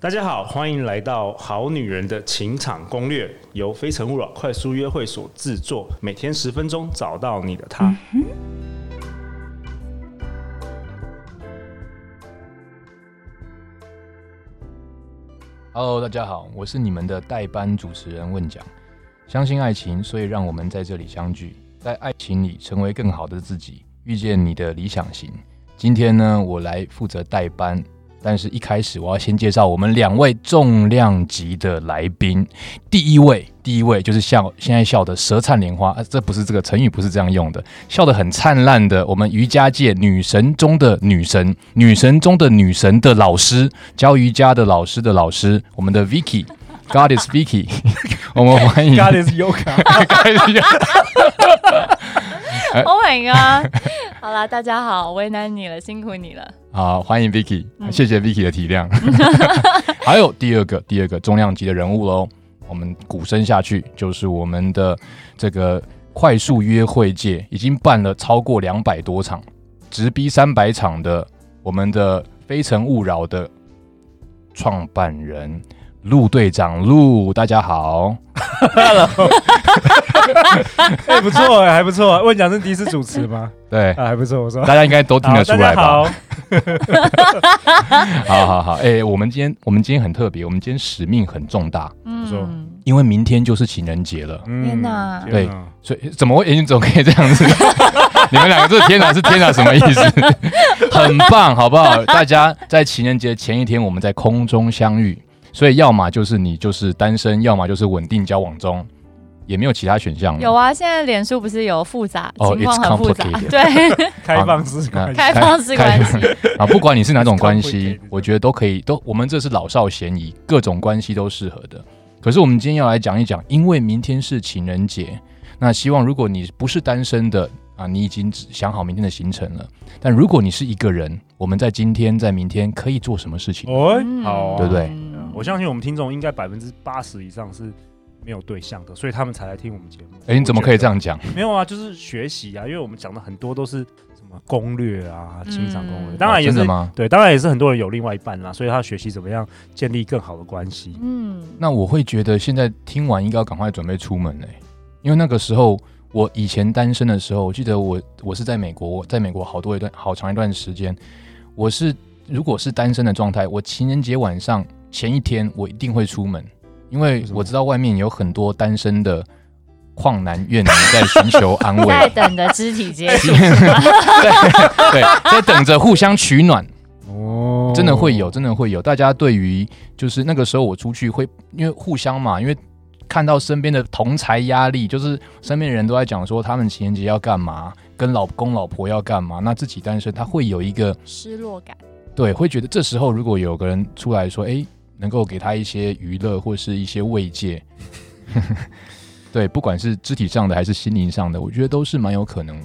大家好，欢迎来到《好女人的情场攻略》，由非诚勿扰快速约会所制作，每天十分钟，找到你的他。嗯 Hello，大家好，我是你们的代班主持人问讲。相信爱情，所以让我们在这里相聚，在爱情里成为更好的自己，遇见你的理想型。今天呢，我来负责代班，但是一开始我要先介绍我们两位重量级的来宾。第一位，第一位就是笑，现在笑的舌灿莲花，啊，这不是这个成语，不是这样用的，笑得很灿烂的，我们瑜伽界女神中的女神，女神中的女神的老师，教瑜伽的老师的老师，我们的 Vicky。Goddess Vicky，我 们欢迎 Goddess Yoga， Oh my god！好 啦，大家好，为难你了，辛苦你了。好，啊欢迎 Vicky，、谢谢 Vicky 的体谅。还有第二个，第二个重量级的人物喽，我们鼓声下去，就是我们的这个快速约会界已经办了超过两百多场，直逼三百场的我们的《非诚勿扰》的创办人陆队长陆，大家好。 哎、不错、哎，还不错。问讲是第一次主持吗？对， 啊，还不错。我说，大家应该都听得好，出大来家吧？好，好好好，哎、我们今天我们今天很特别，我们今天使命很重大，错嗯嗯，因为明天就是情人节了。天哪天对所以怎么会？哎、你怎么可以这样子？ 你们两个这天哪是天哪什么意思？ 很棒，好不好？大家在情人节前一天，我们在空中相遇，所以要么就是你就是单身，要么就是稳定交往中，也没有其他选项了。有啊，现在脸书不是有复杂嗯哦情况 it's 很复杂， complicated 对，开放式关系啊开放式关系，啊，不管你是哪种关系 complicated，我觉得都可以，都我们这是老少咸宜，各种关系都适合的。可是我们今天要来讲一讲，因为明天是情人节，那希望如果你不是单身的啊，你已经想好明天的行程了。但如果你是一个人，我们在今天在明天可以做什么事情？哦，嗯好啊对不对嗯我相信我们听众应该百分之八十以上是没有对象的，所以他们才来听我们节目。哎、你怎么可以这我样讲？觉得？没有啊，就是学习啊，因为我们讲的很多都是什么攻略啊，嗯情场攻略，当然也哦真是的吗？对，当然也是很多人有另外一半啦，所以他学习怎么样建立更好的关系。嗯，那我会觉得现在听完应该要赶快准备出门嘞、欸因为那个时候我以前单身的时候，我记得我我是在美国，我在美国好多一段好长一段时间，我是如果是单身的状态，我情人节晚上前一天我一定会出门，因为我知道外面有很多单身的旷男怨女在寻求安慰，啊 在等的肢体接 触，对 对，在等着互相取暖。哦真的会有，真的会有。大家对于就是那个时候我出去会，因为互相嘛，因为看到身边的同财压力，就是身边的人都在讲说他们情人节要干嘛，跟老公老婆要干嘛，那自己单身，他会有一个失落感，对，会觉得这时候如果有个人出来说，哎，能够给他一些娱乐或是一些慰藉， 对，不管是肢体上的还是心灵上的，我觉得都是蛮有可能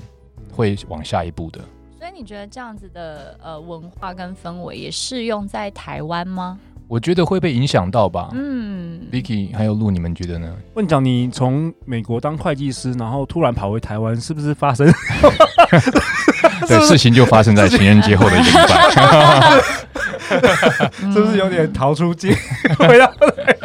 会往下一步的。所以你觉得这样子的呃文化跟氛围也适用在台湾吗？我觉得会被影响到吧。嗯， Vicky 还有哦路，你们觉得呢？问讲你从美国当会计师，然后突然跑回台湾，是不是发生？ 对，事情就发生在情人节后的一个礼 拜。是不是有点逃 出境回到来？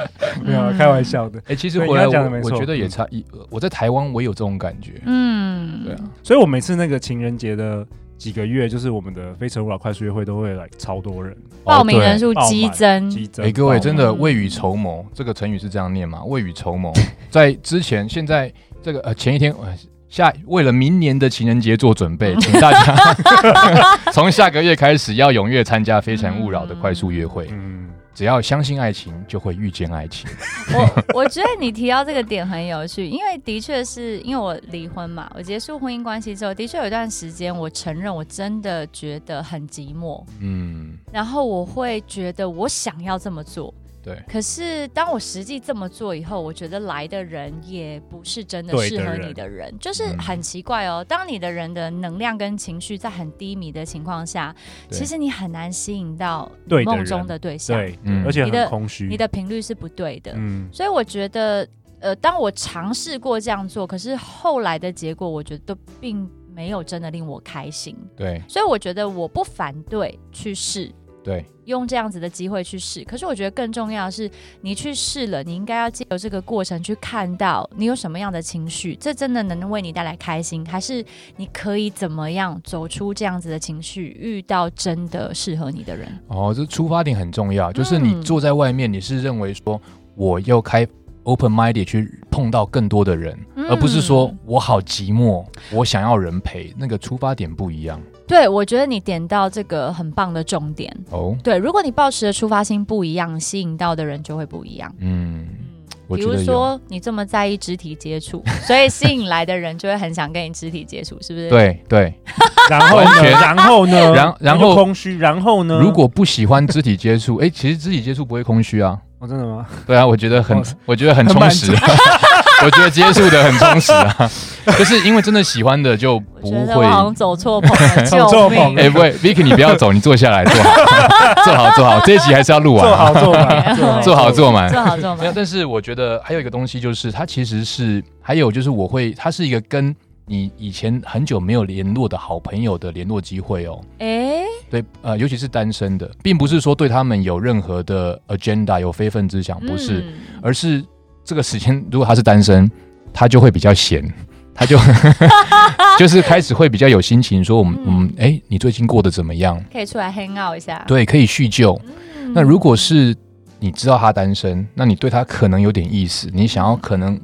没有啊，开玩笑的。哎，其实回来对你要讲的我没我错嗯觉得也差一，呃我在台湾我也有这种感觉。嗯，对啊，所以我每次那个情人节的几个月，就是我们的非诚勿扰快速约会都会来超多人报名人数。数爆满激增，激增。哎，各位爆满真的嗯未雨绸缪，这个成语是这样念吗？未雨绸缪，在之前，现在这个呃前一天呃下为了明年的情人节做准备，请大家 从下个月开始要踊跃参加《非诚勿扰》的快速约会。嗯，只要相信爱情，就会遇见爱情。我 我觉得你提到这个点很有趣，因为的确是因为我离婚嘛，我结束婚姻关系之后，的确有一段时间，我承认我真的觉得很寂寞，嗯，然后我会觉得我想要这么做，对。可是当我实际这么做以后，我觉得来的人也不是真的对的适合人你的人，就是嗯很奇怪哦。当你的人的能量跟情绪在很低迷的情况下，对其实你很难吸引到对的人梦中的对象，对，嗯而且你的很空虚。你的频率是不对的。嗯，所以我觉得，呃，当我尝试过这样做，可是后来的结果，我觉得并没有真的令我开心。对所以我觉得我不反对去试，对，用这样子的机会去试。可是我觉得更重要的是，你去试了，你应该要借由这个过程去看到你有什么样的情绪，这真的能为你带来开心，还是你可以怎么样走出这样子的情绪，遇到真的适合你的人。哦，这出发点很重要，就是你嗯坐在外面，你是认为说我要开 open minded 去碰到更多的人，而呃不是说嗯我好寂寞，我想要人陪，那个出发点不一样对，我觉得你点到这个很棒的重点。哦。对，如果你抱持的出发心不一样，吸引到的人就会不一样。嗯，我比觉如得有说，你这么在意肢体接触，所以吸引来的人就会很想跟你肢体接触，是不是？，对对，然后完呢？全然后呢？然然那就后空虚，然后呢？如果不喜欢肢体接触，哎，其实肢体接触不会空虚啊。哦，真的吗？对啊，我觉得很哦，我觉得很很充满实足啊， 我觉得接触的很充实啊，就是因为真的喜欢的就我不觉得我好像会。走错棚了， 走错救棚命！了哎，不会，Vicky，你不要走，你坐下来，坐好， 坐好，坐好，这一集还是要录完做啊，好做满， 坐好坐满。哎做好做没满，有，但是我觉得还有一个东西就是，它其实是还有就是我会，它是一个跟你以前很久没有联络的好朋友的联络机会哦。哎，对，呃，尤其是单身的，并不是说对他们有任何的 agenda 有非分之想，不是，嗯，而是这个时间如果他是单身，他就会比较闲，他 就就是开始会比较有心情，说我们我们嗯哎，你最近过得怎么样？可以出来 hang out 一下。对，可以叙旧。嗯，那如果是你知道他单身，那你对他可能有点意思，你想要可能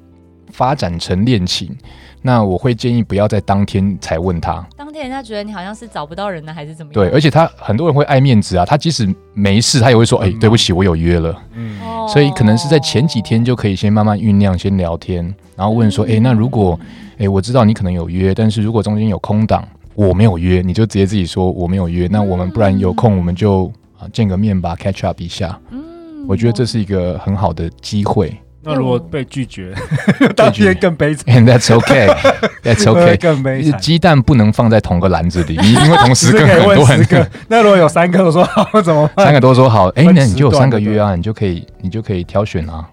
发展成恋情，那我会建议不要在当天才问他。当天人家觉得你好像是找不到人呢，还是怎么样？对，而且他很多人会爱面子啊，他即使没事，他也会说：“哎、嗯对不起，我有约了。嗯，哦所以可能是在前几天就可以先慢慢酝酿，先聊天，然后问嗯说：“哎、那如果……哎、我知道你可能有约，但是如果中间有空档，我没有约，你就直接自己说我没有约。那我们不然有空我们就啊见个面吧，catch up 一下。”嗯我觉得这是一个很好的机会 那如果被拒绝，嗯当天更悲惨， ，and that's okay, that's 会 okay。更悲惨。鸡蛋不能放在同个篮子 里，你因为同只时 是跟可以很多问很十个，那如果有三个，我说好怎么办？ 三个都说 好，哎，分那你时就有段三个对月啊，你就可以你就可以挑选啊。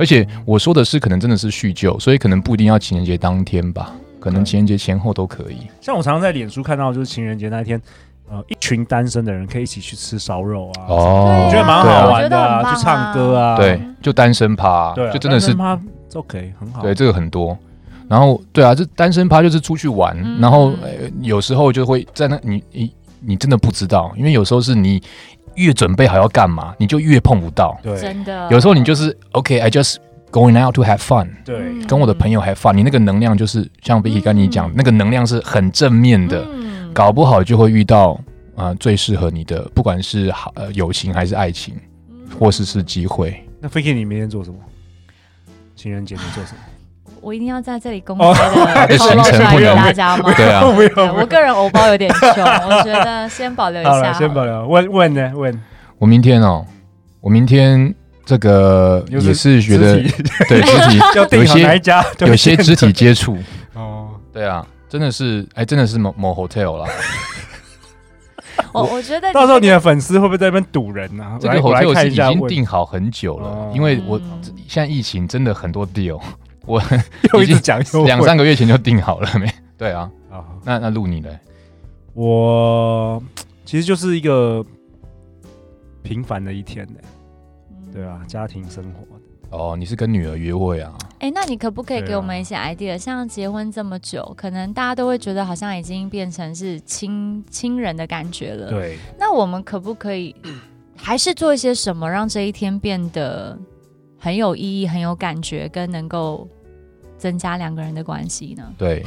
而且我说的是，可能真的是叙旧，所以可能不一定要情人节当天吧，可能嗯情人节前后都可以。像我常常在脸书看到，就是情人节那一天，呃，一群单身的人可以一起去吃烧肉啊，哦，我觉对得啊蛮对好啊玩的我觉得很棒啊去唱歌啊，对，就单身趴，对啊，就真的是妈 OK 很好，对，这个很多。然后对啊，这单身趴就是出去玩，嗯然后、呃、有时候就会在那你你你真的不知道，因为有时候是你越准备好要干嘛，你就越碰不到。对嗯真的，有时候你就是 OK，I、just going out to have fun，嗯对，跟我的朋友 have fun，你那个能量就是像 Vicky 跟你讲，嗯那个能量是很正面的，嗯搞不好就会遇到啊、呃最适合你的，不管是好呃友情还是爱情，嗯或是是机会。那 Fiki 你明天做什么？情人节你做什么？我一定要在这里公开的哦透露出来行程不给能大家吗？对 啊，没有对我个人偶包有点重，我觉得先保留一下好好了。了，先保留。问问呢？问我明天哦，我明天这个又是也是觉得肢 体 对肢体要定好有些哪一家？有些肢体接触，哦，对啊，真的是哎，真的是某某 hotel 啦，我我觉得到时候你的粉丝会不会在那边堵人呢、啊？这个我来我 hotel 来看是一已下经问，订好很久了哦，因为我嗯现在疫情真的很多 deal，我又已一直经讲又两问三个月前就订好了没？ 对啊，好那那录你嘞，我其实就是一个平凡的一天呢、对啊，家庭生活。哦，你是跟女儿约会啊？哎、那你可不可以对啊给我们一些 idea？、像结婚这么久，可能大家都会觉得好像已经变成是亲亲人的感觉了。对，那我们可不可以 还是做一些什么，让这一天变得很有意义、很有感觉，跟能够增加两个人的关系呢？ 对，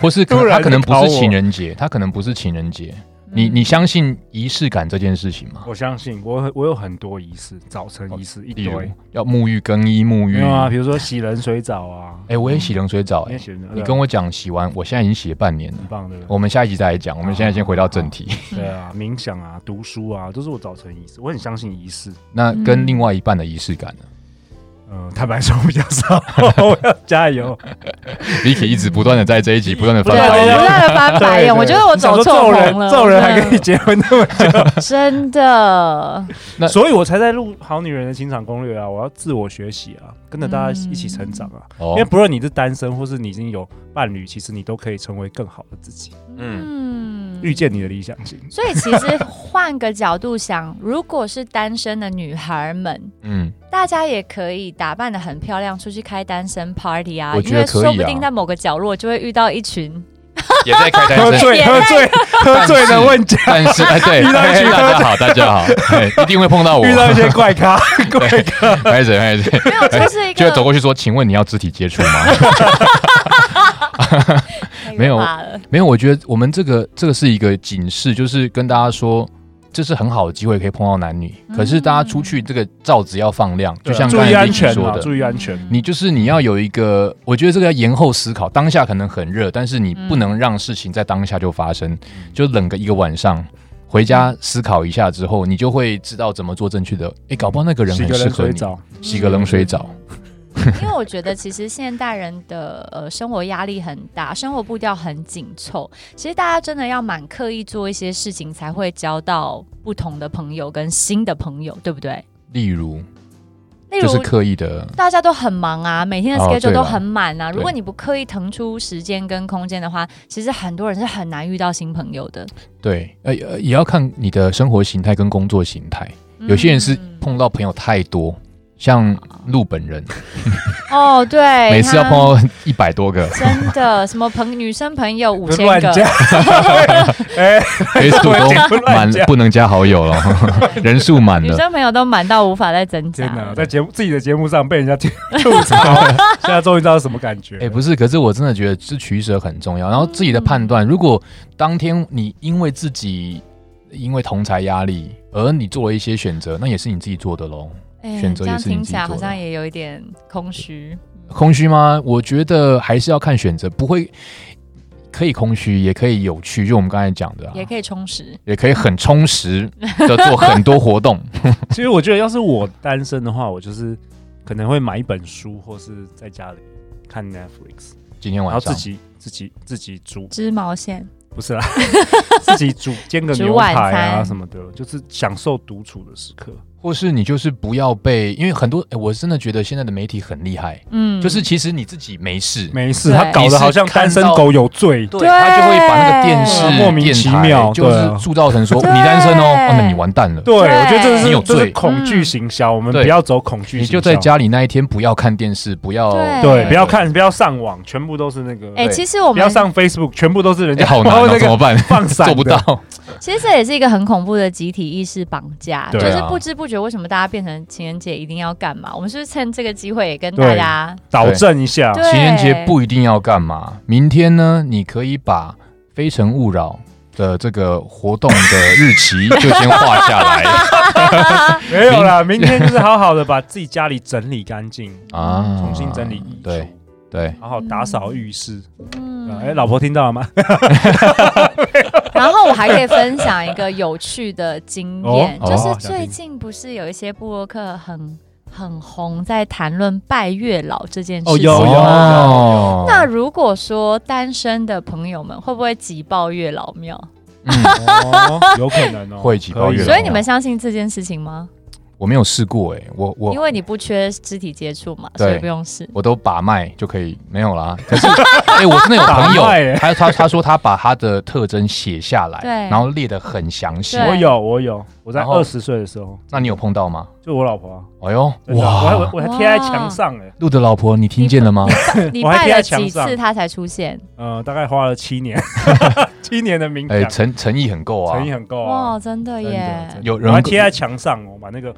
或是可突能然他可能就不考是我情人节，他可能不是情人节，你嗯你相信仪式感这件事情吗？我相信我我有很多仪式，早晨仪式一例如嗯堆，要沐浴更衣、沐浴没有啊，比如说洗冷水澡啊，哎、我也洗冷水澡、你也哎、洗冷水澡，你跟我我讲洗完，我现在已经洗了半年了很。棒对不对？我们下一集再来讲，我哦们现在先回到正题。对啊，冥想啊，读书啊，都是我早晨仪式，我很相信仪式。 呃那跟另外一半的仪式感呢？ 嗯，坦白说比较少，我要加油。啊 Vicky 一直不断的在这一集不断的对，翻我白眼不。断的 翻白眼，我觉得我你想走说错揍人棚了，揍人还真的可以结 婚那么久，真的，那所以我才在录《好女人的情场攻略》啊！我要自我学习啊，跟着大家一起成长啊！哦因为不论你是单身，或是你已经有伴侣，其实你都可以成为更好的自己，嗯嗯，遇见你的理想型。所以其实换个角度想，如果是单身的女孩们，嗯，大家也可以打扮的很漂亮，出去开单身 party 啊，我因觉得为可以说不啊定在某个角落就会遇到一群也在开单喝 身，醉，喝醉，喝醉的问家，但是哎对，到一哎群大家好，大家好，哎一定会碰到 我。遇到一 些怪咖，开始开始，没有，这是一就个哎走过去说：“请问你要肢体接触吗？” 太可没有怕了没有，我觉得我们这个这个是一个警示，就是跟大家说，这是很好的机会可以碰到男女。可是大家出去这个罩子要放亮，就像嗯注刚意才安 Vicky 全说啊，的，注意安全。你就是你要有一个，我觉得这个要延后思考，当下可能很热，但是你不能让事情在当下就发生，就冷个一个晚上。回家思考一下之后，你就会知道怎么做正确的。诶，搞不好那个人洗很个适冷合水你，澡，洗个冷水澡。因为我觉得其实现代人的呃生活压力很大，生活步调很紧凑，其实大家真的要蛮刻意做一些事情，才会交到不同的朋友跟新的朋友，对不对？例如，例就是如刻意的，大家都很忙啊，每天的哦对 schedule 啦都很满啊。如果对你不刻意腾出时间跟空间的话，其实很多人是很难遇到新朋友的。对，呃，呃也要看你的生活形态跟工作形态。有些人是嗯碰到朋友太多，像陆本人，哦，对，每次要他碰到一百多个真的什么朋女生朋友五不是千乱 个，加。哎， ，Facebook 都满乱讲不能加好友了， 人数满女了。生朋友都满到无法再增加天哪，了。在节目自己的节目上被人家吐槽， 现在终于知道是什么感觉。哎、不是，可是我真的觉得是取舍很重要，然后自己的判嗯断。如果当天你因为自己因为同财压力而你做了一些选择，那也是你自己做的喽。哎选择这也样是你听自己起来做好的像也有一点空虚。空虚吗？我觉得还是要看选择，不会可以空虚，也可以有趣，就我们刚才讲的、啊，也可以充实，也可以很充实的做很多 活动。其实我觉得，要是我单身的话，我就是可能会买一本书，或是在家里看 Netflix，今天然后晚自上己自己自己煮，织毛线，不是啦， 自己煮煎个煮牛晚排啊餐什么的，就是享受独处的时刻。或是你就是不要被，因为很多，哎诶我真的觉得现在的媒体很厉害，嗯，就是其实你自己没事，没事，他对搞得好像你是看单身到狗有罪，对他就会把那个电视、啊对莫名其妙电台就对啊是塑造成说你对单身哦，哦那你完蛋了。对我觉得这你有是这罪是恐惧嗯行销，我们对不要走恐惧你行销，就在家里那一天不要看电视，不要对对，不要 看，不要上网，全部都是那个，哎，对其实我不要们上 Facebook，全部都是人哎家好难然后哦，那怎个么办？放 散做不的到，其实这也是一个很恐怖的集体意识绑架，就对是啊不知不觉为什么大家变成情人节一定要干嘛？我们是不是趁这个机会也跟大家导正一下，对情人节不一定要干嘛，明天呢，你可以把《非诚勿扰》的这个活动的日 期就先画下来没有啦，明天就是好好的把自己家里整理干净， 啊，重新整理衣对橱，对，好好打扫浴室。嗯哎，老婆听到了 吗？然后我还可以分享一个有趣的经验，哦 就是哦想最听近不是有一些布洛克很很红，在谈论拜月老这件事情。哦有有哦那如果说单身的朋友们会不会挤爆月老庙？嗯哦，有可能哦，会挤爆月老所以你们相信这件事情吗？我没有试过哎，我我因为你不缺肢体接触嘛，对所以不 用试。我都把脉就可以，没有啦。可是，哎、我真的有朋友把脉欸，他他他说他把他的特征写下来，对然后列得很详细。对我有我有，我在然后二十岁的时候，那你有碰到吗？就我老婆啊，哎呦，真的我还哇！我还贴在墙上哎，鹿的老婆，你听见了吗？你我还拜贴在了墙几上次他才出现？呃，大概花了七 年，七年的冥哎、想，诚诚意很够啊诚。意很够啊哇，，真的真耶的，！真的有我还人贴在墙上哦，我把那个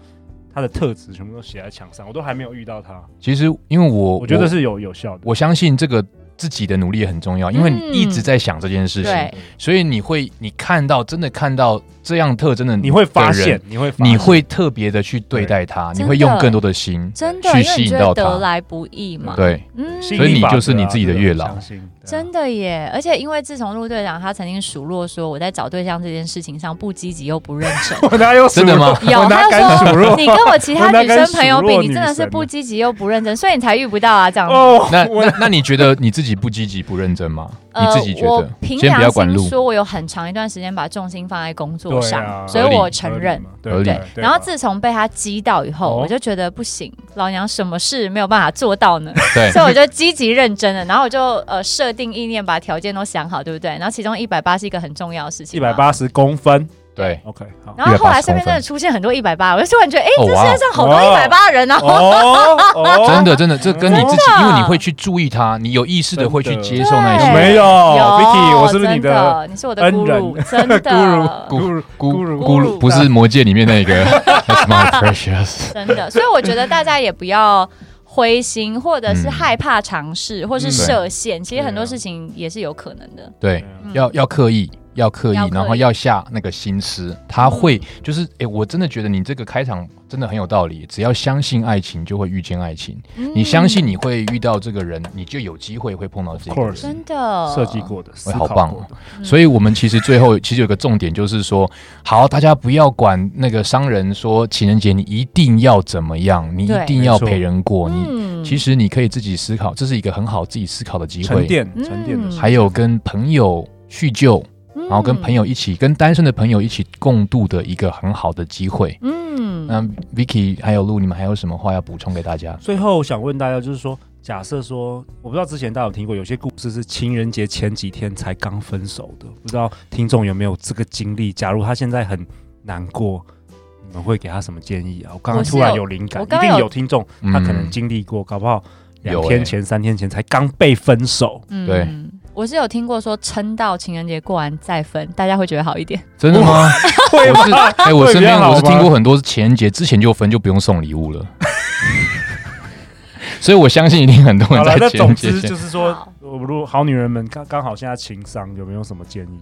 他的特质全部都写在墙上，我都还没有遇到他，其实，因为我我觉得是有有效的。我相信这个自己的努力也很重要，因为嗯你一直在想这件事情，对，所以你会你看到真的看到这样特征的，你会发现，，你会发你现会特别的去对待它，对你会真的用更多的心。真的，因去为吸你引觉到得他得来不易嘛。对，嗯，吸引所以你力法则啊就是你自己的月老这个我相信对啊，真的耶！而且因为自从陆队长他曾经数落说我在找对象这件事情上不积极又不认真我哪有数真的吗？有 我哪他敢数说 落你跟我其 他我哪女生敢朋友数比，落你真女的是神不呢 积极又不认真，所以你才遇不到啊这样子。哦，那那那你觉得你自己不积极不认真吗？呃你自己觉我得？凭先不要良管心路，说，我有很长一段时间把重心放在工作对上，啊所以合理我承认。，对啊合理对，然后自从被他激到以后，哦我就觉得不行，老娘什么事没有办法做到呢？对 所以我就积极认真的，然后我就呃设定意念，把条件都想好，对不对？然后其中一百八是一个很重要的事情，一百。八十公分对， ，OK，好。然后后来180身边真的出现很多一百八，我就突然觉得，哎、哦这哇世界上好多一百八人啊！哦 哦真的真的，这跟你自己真，的因为你会去注意它，你有意识的会去真的接受那对些没有，Vicky，我是不哦是真你的的？你是我的恩咕人 噜，真的，咕噜咕咕噜咕咕噜，噜不是魔界里面那 个 That's my precious。真的。所以我觉得大家也不要灰心，或者嗯是害怕尝试，或是设限。其实很多啊事情也是有可能的。对，嗯要要刻意，要刻意，要刻意嗯然后要下那个心思，他会就是，哎、我真的觉得你这个开场真的很有道理。只要相信爱情，就会遇见爱情。你相嗯信你会遇到这个人，你就有机会会碰到这 Of 个人。 course 真的设计过的，思好考棒哦过的，嗯所以，我们其实最后其实有个重点，就是说，好，大家不要管那个商人说情人节你一定要怎么样，你一对定要没错陪人过，你嗯其实你可以自己思考，这是一个很好自己思考的机沉会。淀嗯沉淀的时还有跟朋友叙旧，然然后跟朋，友一起，跟单身的朋友一起共度的一个很好的机会。嗯那 Vicky 还有露，你们还有什么话要补充给大家？最后想问大家，就是说，假设说，我不知道之前大家有听过，有些故事是情人节前几天才刚分手的，不知道听众有没有这个经历？假如他现在很难过，你们会给他什么建议啊？我刚刚我是突然有有灵感，我一刚定有有听众嗯他可能经历过，搞不好两有欸天前、三天前才刚被分手，嗯对。我是有听过说撑到情人节过完再分，大家会觉得好一点。真的 吗？会我是吗？哎、我会身比较边好我是吗听过很多是情人节之前就分，就不用送礼物了。 所以我相信一定很多好人了，在那情人总节之前就，是说好，我如果好女人们刚刚好现在情商有没有什么建议？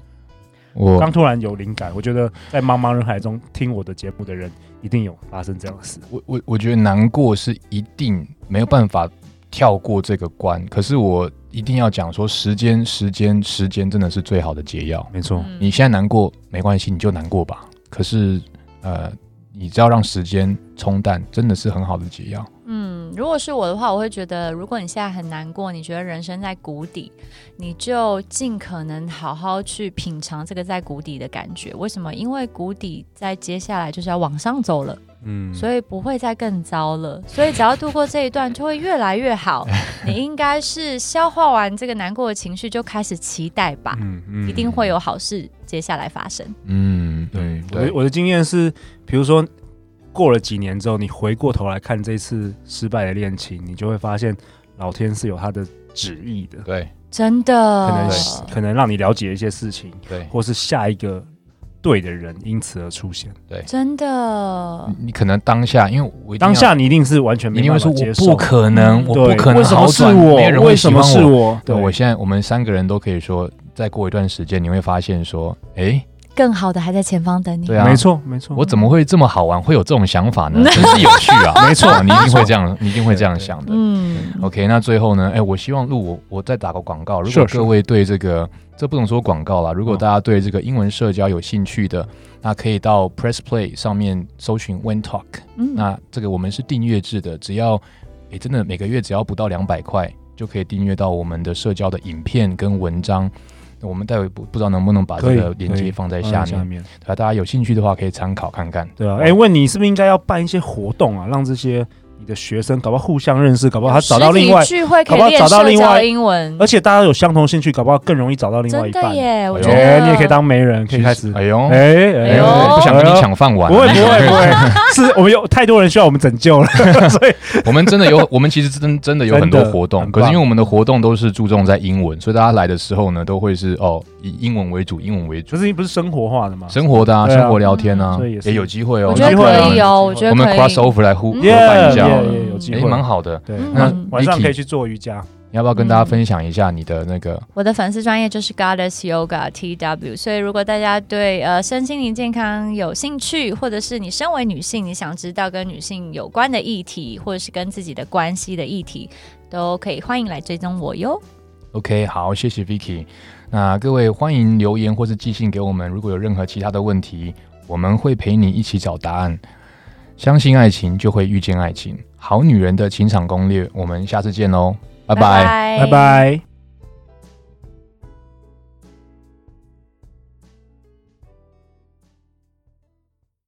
我刚突然有灵感，我觉得在茫茫人海中听我的节目的人，一定有发生这样的事。我我我觉得难过是一定没有办法跳过这个关，可是我一定要讲说，时间时间时间真的是最好的解药。没错，嗯哦你现在难过没关系，你就难过吧。可是呃，你只要让时间冲淡，真的是很好的解药。嗯，如果是我的话，我会觉得，如果你现在很难过，你觉得人生在谷底，你就尽可能好好去品尝这个在谷底的感觉。为什么？因为谷底在接下来就是要往上走了，嗯，所以不会再更糟了。所以只要度过这一段，就会越来 越好。你应该是消化完这个难过的情绪，就开始期待吧，嗯嗯一定会有好事接下来发生。嗯，对我对的我的经验是，比如说过了几年之后，你回过头来看这次失败的恋情，你就会发现老天是有他的旨意的，对真的，可能是可能让你了解一些事情，对，或是下一个对的人因此而出现。真的你，你可能当下，因为我一定要当下你一定是完全你一没定办会说法我接受，不可能，嗯我对不可能为什好么是转，没有人我？会为喜什欢么是我。我？对，我现在我们三个人都可以说，再过一段时间，你会发现说，哎，更好的还在前方等你。对啊没错没错，我怎么会这么好玩，会有这种想法呢？真 是有趣 啊！没错，你一定会这样，你一定会这样想的。嗯， OK，那最后呢？哎，我希望录我我再打个广告。如果是是各位对这个这不能说广告啦，嗯如果大家对这个英文社交有兴趣的，那可以到 Press Play 上面搜寻 When Talk。嗯那这个我们是订阅制的，只要哎真的每个月只要不到两百块，就可以订阅到我们的社交的影片跟文章。我们待会不不知道能不能把这可以个链可接以放在在下面下，面？对啊，大家有兴趣的话可以参考看看。对啊，哎、问你是不是应该要办一些活动啊，让这些你的学生搞不好互相认识，搞不好他找到另外实，体聚会可搞不以好练找到社另交外英文而，且大家有相同兴趣，搞不好更容易找到 另外真一的半。耶！我哎觉呦哎得你也可以当媒人，可以开始。哎呦，哎哎哎呦，哎呦不想跟你抢饭碗不啊。会不会不 会，是我们有太多人需要我们拯救了，所以我们真的有，我们其实真真的有很多活动，真的很可棒是因为我们的活动都是注重在英文，所以大家来的时候呢，都会是哦以英文为主，英文为主，就是不是生活化的嘛。生活的啊，对啊生活聊天啊嗯所以也，是也有机会哦，我觉得有机会可以啊哦，有我机觉会得我可们以。 cross over 来互合 Yeah，办一下哦， yeah，yeah，有机哎，会，蛮好的。对。那那嗯晚上 Vicky 可以去做瑜伽，你要不要跟大家分享一下你的那个？嗯我的粉丝专业就是 Goddess Yoga TW，所以如果大家对呃身心灵健康有兴趣，或者是你身为女性，你想知道跟女性有关的议题，或者是跟自己的关系的议题，都可以欢迎来追踪我哟。 OK，好，谢谢 Vicky。那各位欢迎留言或是寄信给我们，如果有任何其他的问题，我们会陪你一起找答案。相信爱情，就会遇哦哎见爱情。好女人的情场攻略，我们下次见喽，拜拜拜拜。